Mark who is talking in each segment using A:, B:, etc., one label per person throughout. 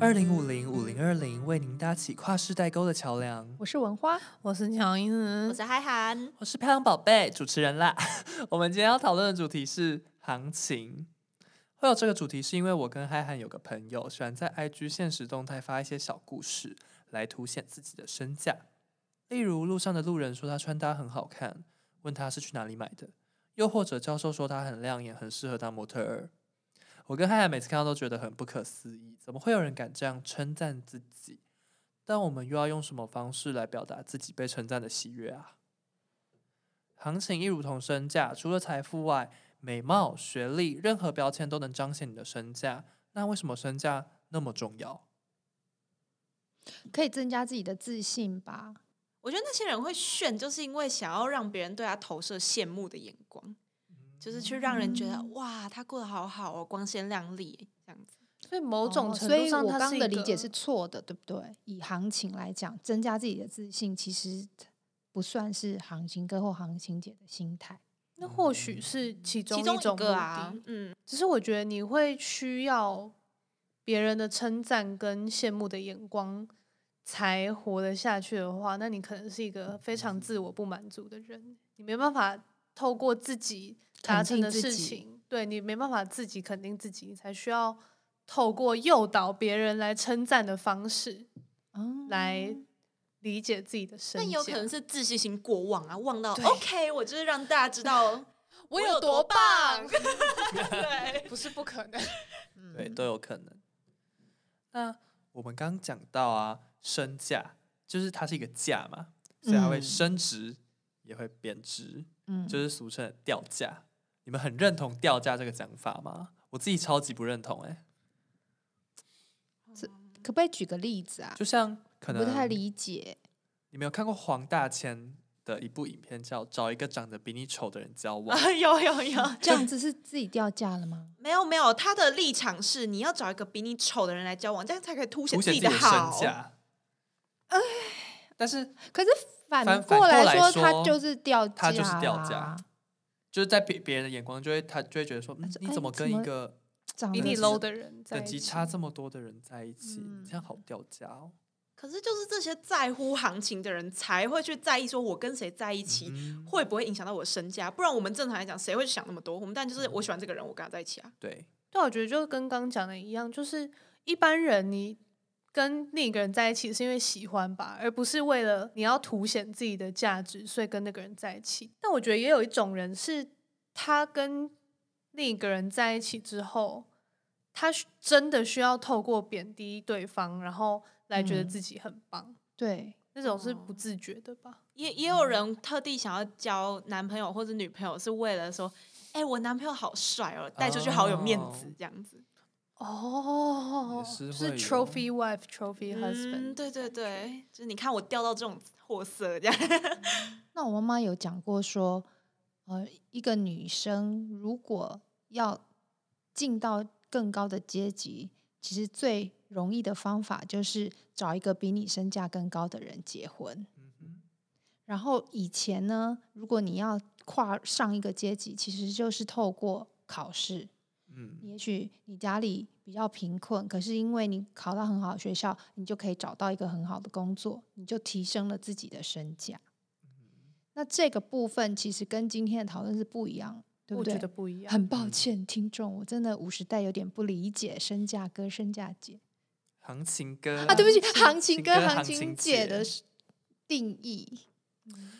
A: 二零五零五零二零为您搭起跨世代沟的桥梁。
B: 我是文花，
C: 我是乔英
D: 我是嗨涵，
A: 我是漂亮宝贝主持人啦。 我们今天要讨论的主题是行情。会有这个主题，是因为我跟嗨涵有个朋友喜欢在 IG 现实动态发一些小故事，来凸显自己的身价。例如，路上的路人说他穿搭很好看，问他是去哪里买的；又或者教授说他很亮眼，很适合当模特儿。我跟嗨涵每次看到都觉得很不可思议，怎么会有人敢这样称赞自己？但我们又要用什么方式来表达自己被称赞的喜悦啊？行情一如同身价，除了财富外，美貌、学历，任何标签都能彰显你的身价。那为什么身价那么重要？
B: 可以增加自己的自信吧？
D: 我觉得那些人会炫，就是因为想要让别人对他投射羡慕的眼光，就是去让人觉得、
A: 嗯
D: 哇，他过得好好哦，光鲜亮丽这样子。
C: 所以某种
B: 哦
C: 程
B: 所
C: 度
B: 以
C: 上，
B: 我
C: 它
B: 刚
C: 一
B: 的理
C: 个
B: 解是错的，对不对？以行情来讲，增加自己的自信其实不算是行情哥或行情姐的心态。
C: 那或许是其
D: 嗯
C: 中
D: 其中
C: 一种
D: 一个啊
C: 目的，
D: 嗯，
C: 只是我觉得你会需要别人的称赞跟羡慕的眼光才活得下去的话，那你可能是一个非常自我不满足的人，你没办法透过自己达
B: 肯
C: 成
B: 定
C: 的
B: 自
C: 事
B: 己
C: 情，对你没办法自己肯定自己，你才需要透过诱导别人来称赞的方式哦
B: 嗯，
C: 来理解自己的身
D: 但
C: 价。
D: 有可能是自信心过旺啊，旺到
C: 对
D: OK，我就是让大家知 道
C: 我
D: 有多 棒， 对，
C: 不是不可能。
B: 嗯
A: 对，都有可能。那我们刚讲到啊，身价就是它是一个价嘛，所以它会
B: 嗯
A: 升值，也会贬值，
B: 嗯
A: 就是俗称的掉价。你们很认同掉价这个讲法吗？我自己超级不认同、欸，哎，
B: 可不可以举个例子啊？
A: 就像可能
B: 不太 理解，
A: 你们有看过黄大千的一部影片叫《找一个长得比你丑的人交往》
D: 啊，有有 有，
B: 这样子是自己掉价了吗？
D: 没有没有，他的立场是你要找一个比你丑的人来交往，这样才可以凸显
A: 凸显自己
D: 的
A: 的
D: 好
A: 身。价。但是
B: 可是反
A: 反
B: 过
A: 反过来
B: 来说，
A: 说
B: 它就是掉价，啊
A: 它就是掉价，就是在别别人的眼光，就会他就会觉得说，嗯，
B: 这
A: 你
B: 哎
A: 怎么
B: 怎
A: 跟一
B: 么
A: 个
B: 长
C: 比
B: 得
C: 你
B: 是
C: low 的人在
A: 等
C: 一
A: 级
C: 起
A: 差这么多的人在一起，你这样好
B: 嗯
A: 掉价哦。
D: 可是就是这些在乎行情的人才会去在意，说我跟谁在一起、
A: 嗯
D: 会不会影响到我的身价？不然我们正常来讲，谁会想那么多？我们当然就是我喜欢这个人，我跟他在一起啊。
A: 对，
C: 对，我觉得就跟刚讲的一样，就是一般人你跟另一个人在一起是因为喜欢吧，而不是为了你要凸显自己的价值，所以跟那个人在一起。但我觉得也有一种人是，他跟另一个人在一起之后，他需真的需要透过贬低对方，然后来觉得
B: 嗯
C: 自己很棒，
B: 对，
C: 那种是不
D: 哦
C: 自觉的吧？
D: 也也有人特地想要交男朋友或者女朋友，是为了说，哎、我男朋友好帅哦，带出去好有面
A: 哦
D: 子，这样子。
C: 哦，
A: 是
C: 是
A: 会有
C: trophy wife, trophy
D: 嗯，
C: husband，、
D: 对对对，就是你看我掉到这种货色这样。
B: 那我妈妈有讲过说，呃，一个女生如果要进到更高的阶级，其实最容易的方法就是找一个比你身价更高的人结婚。
A: 嗯哼，
B: 然后以前呢，如果你要跨上一个阶级，其实就是透过考试。
A: 嗯，
B: 也许你家里比较贫困，可是因为你考到很好的学校，你就可以找到一个很好的工作，你就提升了自己的身价。
C: 嗯
B: 那这个部分其实跟今天的讨论是不一样，对不
C: 我
B: 对？
C: 觉得不一样。
B: 很抱
A: 嗯
B: 歉，听众，我真的五十代有点不理解身价哥、身价姐
A: 行情歌
B: 啊，对不起，行
A: 行
B: 情
A: 哥、
B: 哥、行
A: 情
B: 情姐的定义。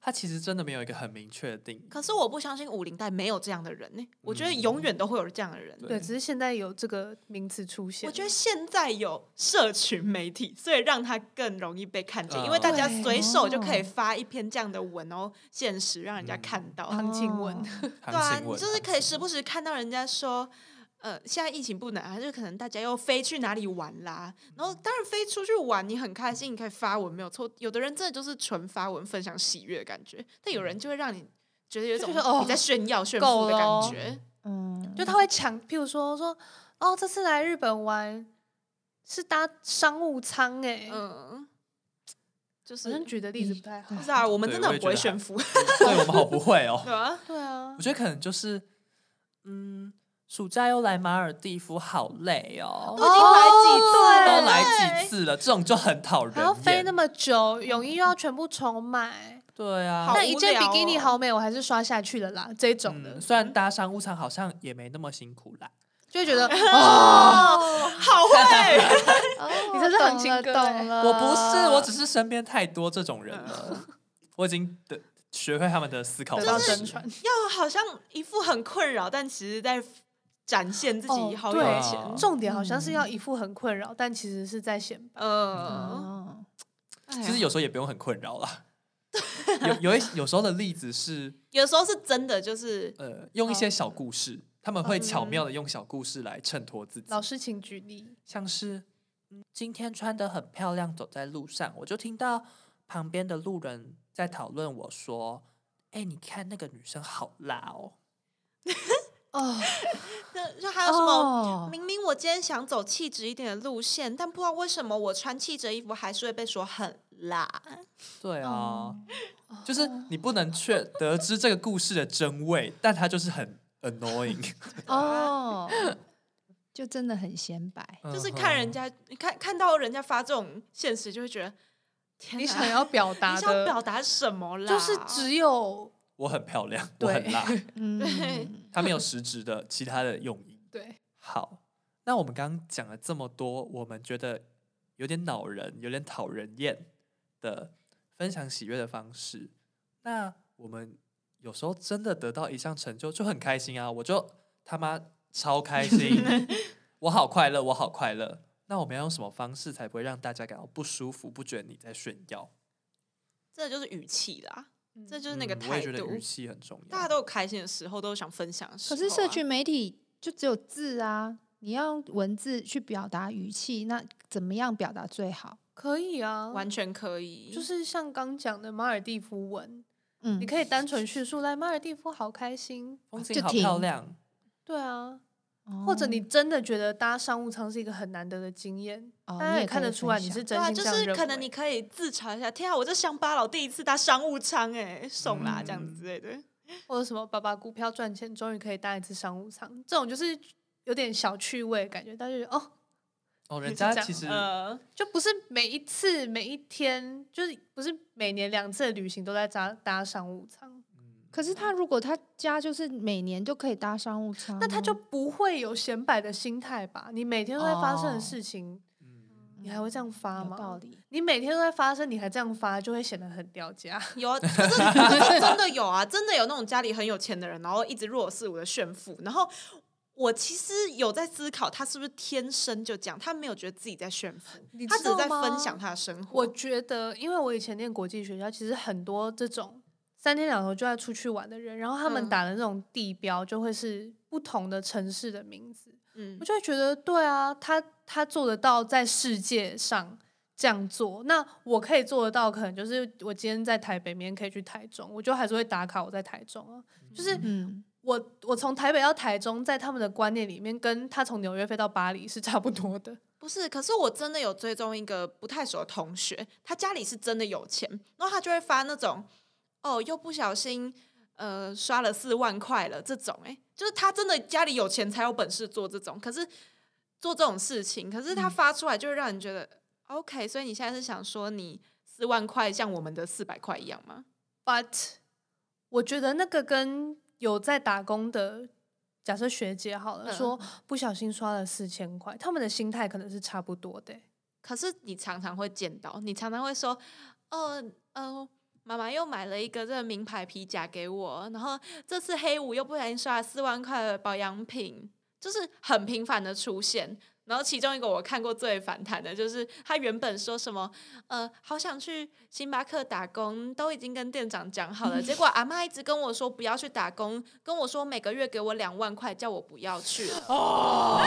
A: 它其实真的没有一个很明确的定义。
D: 可是我不相信五零代没有这样的人呢、我觉得永远都会有这样的人。
A: 嗯对
C: 对，只是现在有这个名词出现
D: 我
C: 了。
D: 觉得现在有社群媒体，所以让他更容易被看见，因为大家
A: 嗯
B: 对
D: 随手就可以
B: 哦
D: 发一篇这样的文，然后现实让人
A: 嗯
D: 家看到。
C: 行情文
B: 哦
A: 行
D: 对啊，
A: 情
D: 你
A: 文
D: 就是
A: 行
D: 可以
A: 情
D: 时不时看到人家说，呃，现在疫情不能啊，就可能大家又飞去哪里玩啦。然
A: 嗯
D: 后当然飞出去玩，你很开心，你可以发文没有错。有的人真的就是纯发文分享喜悦的感觉，但有人
A: 嗯
D: 就会让你觉得有一
C: 就
D: 种
C: 觉得哦
D: 你在炫耀、炫
C: 够
D: 富的
C: 了
D: 感
C: 哦
D: 觉。
B: 嗯，
C: 就他会抢，譬如说说，哦，这次来日本玩是搭商务舱哎、欸，
D: 嗯，就
C: 好像
D: 是。
C: 举的例子不太好
D: 不。是啊，我们
A: 对
D: 真的
A: 我也
D: 很不
A: 觉
D: 会
A: 得
D: 炫富，
A: 对我们好不会哦。
D: 对啊，
C: 对啊
A: 我，觉得可能就是，嗯，暑假又来马尔蒂夫，好累哦，
D: 都已经来几次
C: 哦
D: 了，
A: 都来几次了，这种就很讨人
C: 还要飞那
A: 厌。
C: 么久，泳衣又要全部重买，
A: 对啊
D: 好，
C: 但一件比基尼
D: 无聊哦
C: 好美，我还是刷下去了啦。这种的
A: 嗯，，虽然搭商务舱好像也没那么辛苦啦。
C: 就会 觉得哦
D: 哦，好会，
B: 哦
C: 你真是很情歌
B: 懂
C: 欸
B: 了，
A: 我不是，我 只是身边太多这种人了， 我已经得学会他们的思考
C: 嗯得
A: 方
C: 到
A: 式。
C: 真传。
D: 要好像一副很困扰，但其实在展现自己
C: 哦
D: 好有
C: 对
A: 啊
C: 嗯
D: 钱。
C: 重点好像是要一副很困扰，但其实是在显摆。
D: 嗯，
B: 哦，
D: 哎呀
C: 啊
A: 其实有时候也不用很困扰 啦。有有一有时候的例子是，
D: 有时候是真 的，就是
A: 呃，用一些小故事，他们会巧妙的用小故事来衬托自己
C: 嗯老，师，请举例。
A: 像是、嗯今天穿的很漂亮，走在路上，我就听到旁边的路人在讨论我说：“哎、你看那个女生好辣哦。”
B: 哦，
D: 那就还有什么？
B: 哦
D: 明明我今天想走气质一点的路线，但不知道为什么我穿气质的衣服还是会被说很辣。
A: 对啊，
D: 哦
A: 就是你不能确得知这个故事的真伪，但它就是 很 annoying，
B: 哦， 就真的很显摆。
A: 嗯
D: 就是看 人家看看到人家发这种现实，就会觉得天哪
C: 你想要 表达
D: 你想
C: 的，
D: 表达什么啦？
C: 就是只有
A: 我很漂亮，我
C: 对
A: 很辣，
D: 对
B: 嗯，
A: 它没有实质的其他的用意。
C: 对
A: 好，那我们刚刚讲了这么多，我们觉得有点恼人、有点讨人厌的分享喜悦的方式，那我们有时候真的得到一项成就就很开心啊，我就他妈超开 心，我好快乐，我好快乐。那我们要用什么方式才不会让大家感到不舒服，不觉得你在炫耀？
D: 这就是语气啦，
C: 嗯
D: 这就是那个
A: 嗯我
D: 态
A: 也觉得
D: 度。
A: 语气很重要。
D: 大家都有开心的时候，都有想分享的时
B: 可
D: 候啊、
B: 是
C: 哦
B: 社群媒体就只有字啊，你要用文字去表达语气，那怎么样表达最好？
C: 可以啊，
D: 完全可以，
C: 就是像刚讲的马尔蒂夫文，
B: 嗯
C: 你，可以单纯叙述来马尔蒂夫好开心。
A: 风景
B: 就
A: 好
B: 停
A: 漂亮，
C: 对啊，或者
B: 哦
C: 你真的觉得搭商务舱是一个很难得的经验，
B: 哦
C: 大
B: 你
C: 家
B: 也
C: 也
B: 可
C: 看
B: 以
C: 得出来
B: 分
C: 你是
B: 享
D: 对
C: 真
D: 啊，
C: 心
D: 就
C: 这样认
D: 是
C: 为。
D: 可能你可以自嘲一下，天啊，我这乡巴佬第一次搭商务舱哎、送
A: 嗯
D: 啦、这样子之类的。
C: 或者什么爸爸股票赚钱，终于可以搭一次商务舱，这种就是有点小趣味的感觉，但是哦，
A: 哦， 人
C: 是
A: 家
C: 这样
A: 其实
D: 呃，
C: 就不是每一次每一天，就是不是每年两次的旅行都在搭搭商务舱，
A: 嗯
B: 可是他如果他家就是每年都可以搭商务舱啊，
C: 那他就不会有显摆的心态吧？你每天都在发生的事情，
A: 嗯
C: 你还会这样发
B: 有道
C: 吗？
B: 理。
C: 你每天都在发生，你还这样发，就会显得很掉价。
D: 有啊，可是可是真的有啊，真的有那种家里很有钱的人，然后一直若有似无的炫富。然后我其实有在思考，他是不是天生就这样，他没有觉得自己在炫富
C: 你，
D: 他
C: 知
D: 只是在
C: 道吗
D: 分享他的生活。
C: 我觉得，因为我以前念国际学校，其实很多这种三天两头就在出去玩的人，然后他
D: 嗯
C: 们打的那种地标就会是不同的城市的名字，
D: 嗯
C: 我，就会觉得，对啊，他他做得到在世界上这样做，那我可以做得到，可能就是我今天在台北，明天可以去台中，我就还是会打卡我在台中啊，就是
B: 嗯，
C: 我我从台北到台中，在他们的观念里面，跟他从纽约飞到巴黎是差不多的。
D: 不是，可是我真的有追踪一个不太熟的同学，他家里是真的有钱，然后他就会发那种哦，又不小心呃刷了四万块了这种、欸，就是他真的家里有钱才有本事做这种，可是做这种事情，可是他发出来就会让人觉得、OK，所以你现在是想说你四万块像我们的四百块一样吗？
C: But 我觉得那个跟有在打工的，假设学姐好了，
D: 嗯
C: 说不小心刷了四千块，他们的心态可能是差不多的欸、
D: 可是你常常会见到，你常常会说，哦，呃，妈妈又买了一个这个名牌皮夹给我，然后这次黑五又不小心刷了四万块的保养品，就是很频繁的出现。然后其中一个我看过最反弹的就是，他原本说什么，呃，好想去星巴克打工，都已经跟店长讲好了，结果阿妈一直跟我说不要去打工，跟我说每个月给我两万块，叫我不要去了。
A: 哦，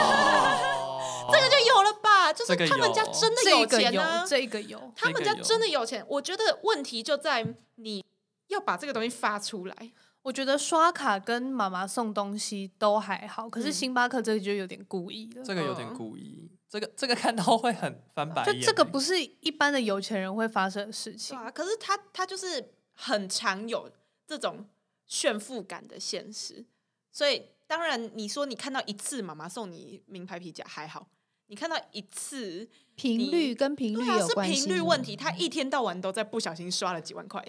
D: 这个就有了吧？就
A: 这个
D: 是他们家
A: 有
D: 真的
C: 这
D: 有
C: 一个
D: 钱
C: 有
D: 啊，，
C: 这一个有，
D: 他
A: 这
D: 们
A: 个
D: 家
A: 有
D: 真的有钱，我觉得问题就在你要把这个东西发出来。
C: 我觉得刷卡跟妈妈送东西都还好，可是
D: 嗯
C: 星巴克这个就有点故意了。
A: 这个有点
D: 嗯
A: 故意，这个这个看到会很翻白
C: 就
A: 眼。欸
C: 这个不是一般的有钱人会发生的事
D: 对
C: 情。
D: 啊，可是他他就是很常有这种炫富感的现实，所以当然你说你看到一次妈妈送你名牌皮夹还好，你看到一次，
B: 频率跟频率
D: 对啊，
B: 有
D: 是
B: 关系，
D: 频率问题，，他一天到晚都在不小心刷了 几万块。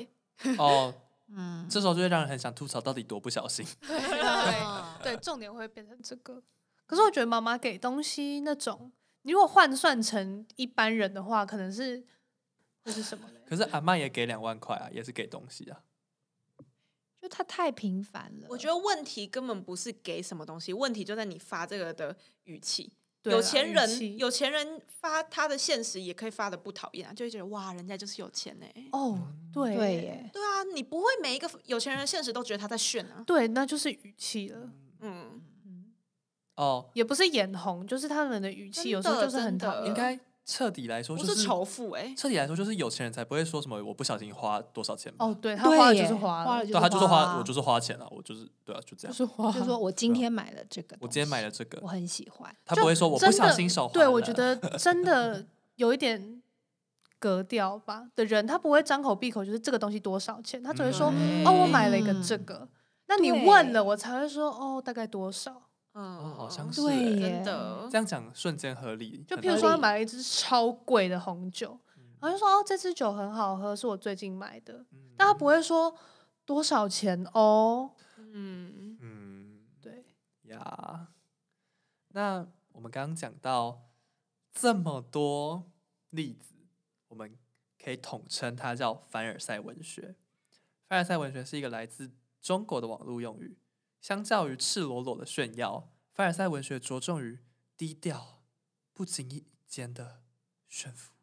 A: 哦，
B: 嗯，
A: 这时候就会让人很想吐槽，到底多不小心。
B: 啊
D: 啊
C: 对对，重点会变成这个。可是我觉得妈妈给东西那种，你如果换算成一般人的话，可能是会是什么嘞？
A: 可是阿妈也给两万块啊，也是给东西啊。
B: 就他太频繁了，
D: 我觉得问题根本不是给什么东西，问题就在你发这个的语气。
C: 对
D: 有
C: 啦
D: 钱
C: 语气
D: 人，有钱人发他的现实也可以发的不讨厌啊，就会觉得哇，人家就是有钱欸呢、
C: 哦，对
B: 对耶，
D: 对啊，你不会每一个有钱人的现实都觉得他在炫啊。
C: 对，那就是语气了，
D: 嗯，
A: 哦，
C: 也不是眼红，就是他们的语气
D: 真
C: 有时候
D: 的
C: 就是
D: 真
C: 很
D: 的
C: 讨厌
A: 应。该彻底来说
D: 不
A: 就是是
D: 仇富哎、
A: 彻底来说就是有钱人才不会说什么我不小心花多少钱吧
C: 哦，，对他
B: 对
C: 花了就是
B: 耶
C: 花
B: 花
C: 了
B: 了，
A: 对，他就是
B: 啊
A: 花，我就是花钱了，我就是对啊，就这
C: 就
A: 样。
C: 是花，
B: 就说我今天买了这个，
A: 啊我今天买，了这个
B: 我，很喜欢，
A: 他
C: 就
A: 不会说我不
C: 真
A: 小
C: 的
A: 心手滑
C: 对，我
A: 了
C: 觉得真的有一点格调吧的人，他不会张口闭口就是这个东西多少钱，他只会说、
D: 嗯
C: 哦，我买了一个这
B: 嗯
C: 个。那你
B: 对
C: 问了，我才会说哦，大概多少？
D: 嗯
A: 哦好像是欸
B: 对耶
D: 真，的
A: 这。样讲瞬间合理。
C: 就
A: 很
C: 譬如
A: 合
C: 说他
A: 理
C: 买了一支超贵的红酒，
A: 嗯
C: 然后就说哦，这支酒很好喝，是我最近买的。
A: 嗯
C: 但他不会说多少钱哦，
D: 嗯，
A: 嗯
C: 对，
A: 呀，那我们刚刚讲到这么多例子，我们可以统称它叫凡尔赛文学。凡尔赛文学是一个来自中国的网络用语，相较于赤裸裸的炫耀，凡尔赛文学着重于低调、不经意间的炫富，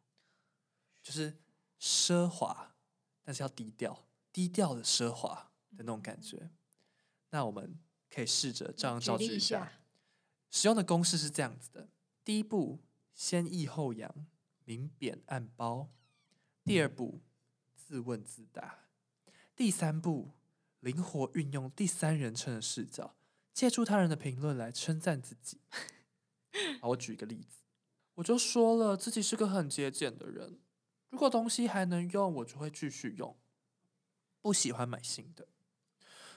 A: 就是奢华，但是要低调，低调的奢华的那种感觉。那我们可以试着这样
B: 举
A: 造
B: 例
A: 句
B: 一
A: 一
B: 下
A: 下。使用的公式是这样子的：第一步，先抑后扬，明贬暗褒；第二步，自问自答；第三步，灵活运用第三人称的视角，借助他人的评论来称赞自己。好，我举一个例子，我就说了自己是个很节俭的人，如果东西还能用，我就会继续用，不喜欢买新的。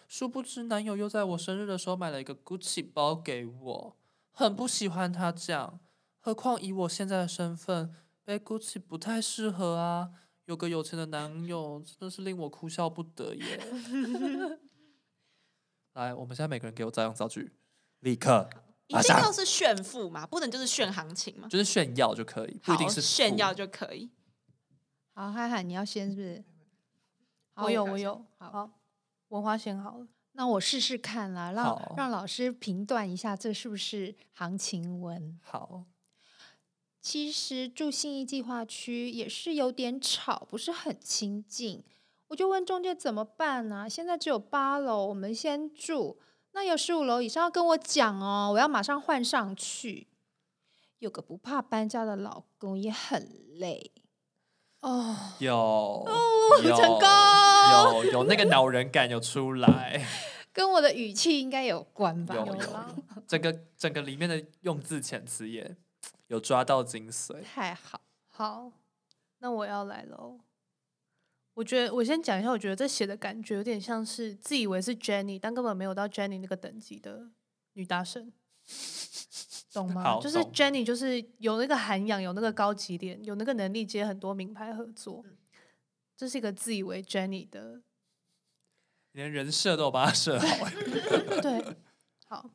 A: 殊不知，男友又在我生日的时候买了一个 GUCCI 包给我，很不喜欢他这样。何况以我现在的身份，背 GUCCI 不太适合啊。有个有钱的男友，真的是令我哭笑不得 耶。来，我们现在每个人给我造用造句，立刻
D: 一
A: 马
D: 定
A: 上
D: 要是炫富嘛，不能就是炫行情嘛，
A: 就是炫耀就可以，不一定
D: 好
A: 是
D: 炫
A: 富
D: 耀。就可以。
B: 好，憨憨，你要先是不是？好
C: 我有
B: 看
C: 我
B: 一下
C: 有，好，文花先好了，
B: 那我试试看啦，
A: 好
B: 让让老师评断一下这是不是行情文。
A: 好，
B: 其实住信义计划区也是有点吵，不是很亲近。我就问中介怎么办呢、现在只有八楼，我们先住。那有十五楼以上要跟我讲哦，我要马上换上去。有个不怕搬家的老公也很累，
C: 哦，
A: 有有
B: 成功
A: 有有那个恼人感有出来，
B: 跟我的语气应该有关吧？
A: 有
C: 有
A: 有
C: 啦
A: 整个整个里面的用字遣词也有抓到精髓。
B: 太好，
C: 好，那我要来喽。我觉得我先讲一下，我觉得这写的感觉有点像是自以为是 Jenny，但根本没有到 Jenny 那个等级的女大神，懂吗？
A: 好
C: 就是
A: 懂
C: Jenny 就是有那个涵养，有那个高级点，有那个能力接很多名牌合作。
A: 嗯
C: 这是一个自以为 Jenny 的
A: 你连人设都有把它设好，
C: 对，好，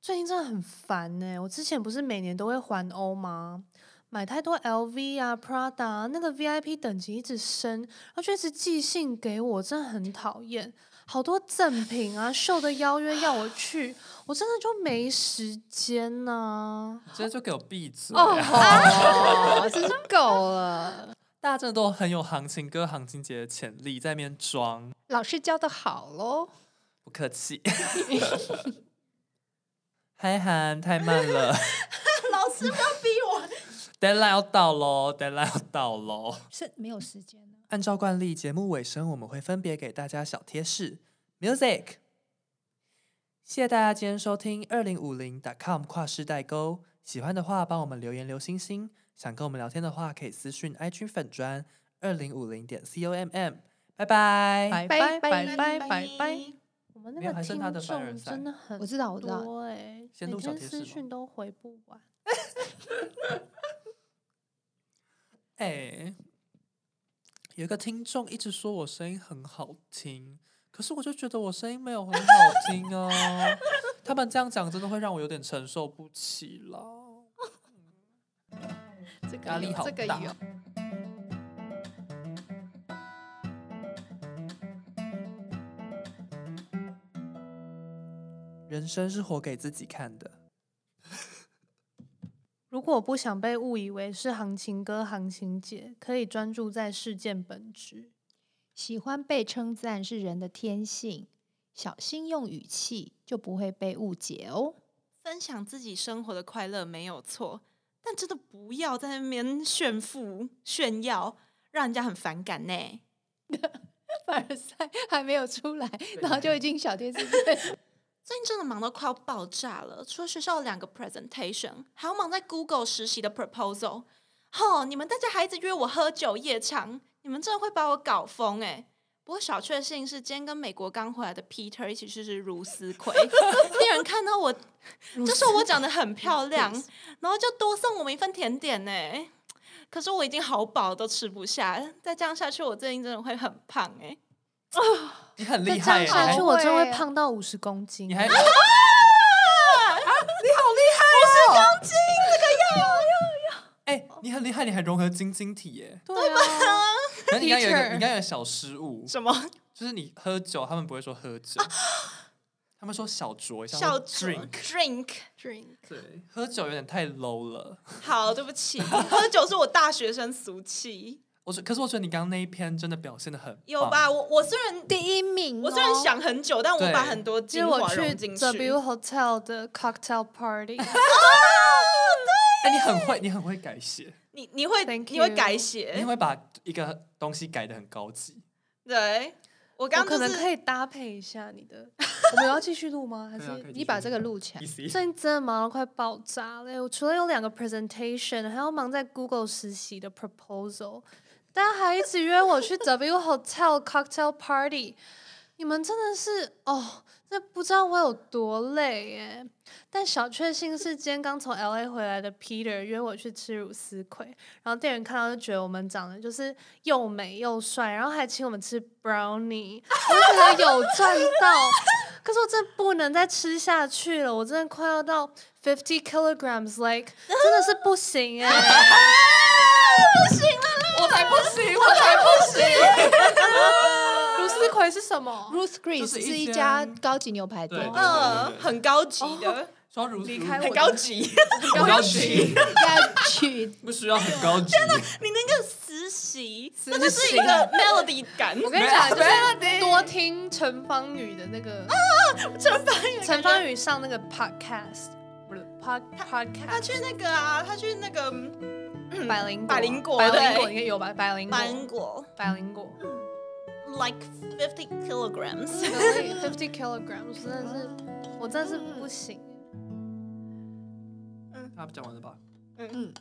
C: 最近真的很烦呢、我之前不是每年都会环欧吗？买太多 LV 啊、Prada 啊那个 VIP 等级一直升，然后就一直寄信给我，真的很讨厌。好多赠品啊，秀的邀约要我去，我真的就没时间呐、
A: 直接就给我闭嘴、
B: 哦
A: 啊！
B: 吼，哦真是够了。
A: 大家真的都很有行情歌、行情节的潜力，在那边装，
B: 老师教的好喽，
A: 不客 气。嗨涵，太慢了
D: 老师不要逼我，
A: ，deadline 要到喽，deadline 要到喽。
B: 是没有时间了。
A: 按照惯例，节目尾声我们会分别给大家小贴士。Music，谢谢大家今天收听二零五零 .com 跨世代沟。喜欢的话，帮我们留言留星星；想跟我们聊天的话，可以私讯 IG 粉砖二零五零点 com。拜拜。
B: 拜
C: 拜
B: 拜
C: 拜拜拜拜拜。我们
A: 没有
C: 那
A: 还
C: 个
A: 剩
C: 听
A: 他的凡人
C: 众
A: 赛
C: 真的很
B: 我知道我知道
C: 多欸
A: 先
C: 每
A: 录小
C: 天
A: 贴士
C: 私
A: 吗
C: 讯都回不完。
A: 哎、有一个听众一直说我声音很好听，可是我就觉得我声音没有很好听 啊。他们这样讲真的会让我有点承受不起了。
B: 这
A: 压
B: 个
A: 力
B: 有
A: 好
B: 这个
A: 大
B: 有。
A: 人生是活给自己看的，
C: 如果不想被误以为是行情哥、行情姐，可以专注在事件本质。
B: 喜欢被称赞是人的天性，小心用语气就不会被误解哦。
D: 分享自己生活的快乐没有错，但真的不要在那边炫富炫耀，让人家很反感呢。
B: 凡尔赛还没有出来，然后就已经 小电视
D: 最近真的忙到快要爆炸了，除了学校有两个 presentation，还要忙在 Google 实习的 proposal。吼、你们大家孩子约我喝酒夜场，你们真的会把我搞疯哎、不过小确幸是，今天跟美国刚回来的 Peter 一起去吃茹丝葵， 店员看到我就说我长得很漂亮，然后就多送我们一份甜点呢、可是我已经好饱，都吃不下，再这样下去，我最近真的会很胖哎、
A: 你很
C: 再
A: 厉
C: 这
A: 害、
C: 样
A: 欸，
C: 下去，
A: 你
C: 我真
B: 会
C: 会胖到五十公斤。欸
A: 还你还哎、你很厉害，你还融合晶晶体耶、
C: 对啊，
A: 可是你刚刚有一个，
C: Teacher
A: 你刚刚有小失误，
D: 什么？
A: 就是你喝酒，他们不会说喝酒，他们说小酌一下，
D: 小
A: 或者
D: drink
A: drink。
D: drink。
C: drink
A: 对，喝酒有点太 low 了。
D: 好，对不起，喝酒是我大学生俗气，
A: 我觉，可是我觉得你刚刚那一篇真的表现的很
D: 有
A: 棒
D: 吧？？我我虽然
B: 第一名、哦。
D: 我虽然，想很久，但我把
A: 哦对
D: 很多
C: 就是
D: 精
C: 我
D: 华
C: 去
D: 融进
C: W Hotel 的 cocktail party，
A: 哎、你很会，你很会改写，
D: 你你会
C: Thank
D: 你会
C: you
D: 改
A: 你
D: 写，
A: 会把一个东西改的很高级。
D: 对我
C: 我
D: 刚刚
C: 可能
D: 就是
C: 可以搭配一下你的。我们要继续录吗？还
A: 对啊可以
C: 是
A: 继
B: 你
A: 续
B: 把这个录起来
A: easy
C: 最近真的忙到快爆炸了？我除了有两个 presentation，还要忙在 Google 实习的 proposal，大家还一直约我去 W Hotel cocktail party。你们真的是哦，这不知道我有多累耶！但小确幸是，今天刚从 L A 回来的 Peter 约我去吃乳丝葵，然后店员看到就觉得我们长得就是又美又帅，然后还请我们吃 brownie，我就觉得有赚到。可是我真的不能再吃下去了，我真的快要到 fifty kilograms，like 真的是不 行哎、
D: 我才不行，我才不行，
C: 卢思奎是什么？
B: Ruth Chris
A: 就是是
B: 一
A: 一
B: 家
A: 间
B: 高级牛排
A: 对
B: 店，
D: 嗯，很高级
C: 哦
D: 的，
A: 说如
C: 离开
A: 如
C: 我
D: 很高级，
A: 很高级，
B: 要去。
A: 不需要很高级。
D: 你那个实习，
C: 实
D: 那就是一
C: 习
D: 个 melody 感，
C: 我跟你讲，就是多听陈芳宇的那个
D: 啊陈凡宇，
C: 陈芳宇上那个 podcast，不是 pod
D: 他
C: podcast，
D: 去那个啊，他去那个
C: 嗯百灵
D: 百灵果
C: 百灵果
D: 对
C: 应该有吧？百灵果
D: 芒果
C: 百灵 果
D: ，like fifty kilograms。
C: fifty kilograms 真的是，我真的是不行。
A: 他讲完了吧？
B: 嗯，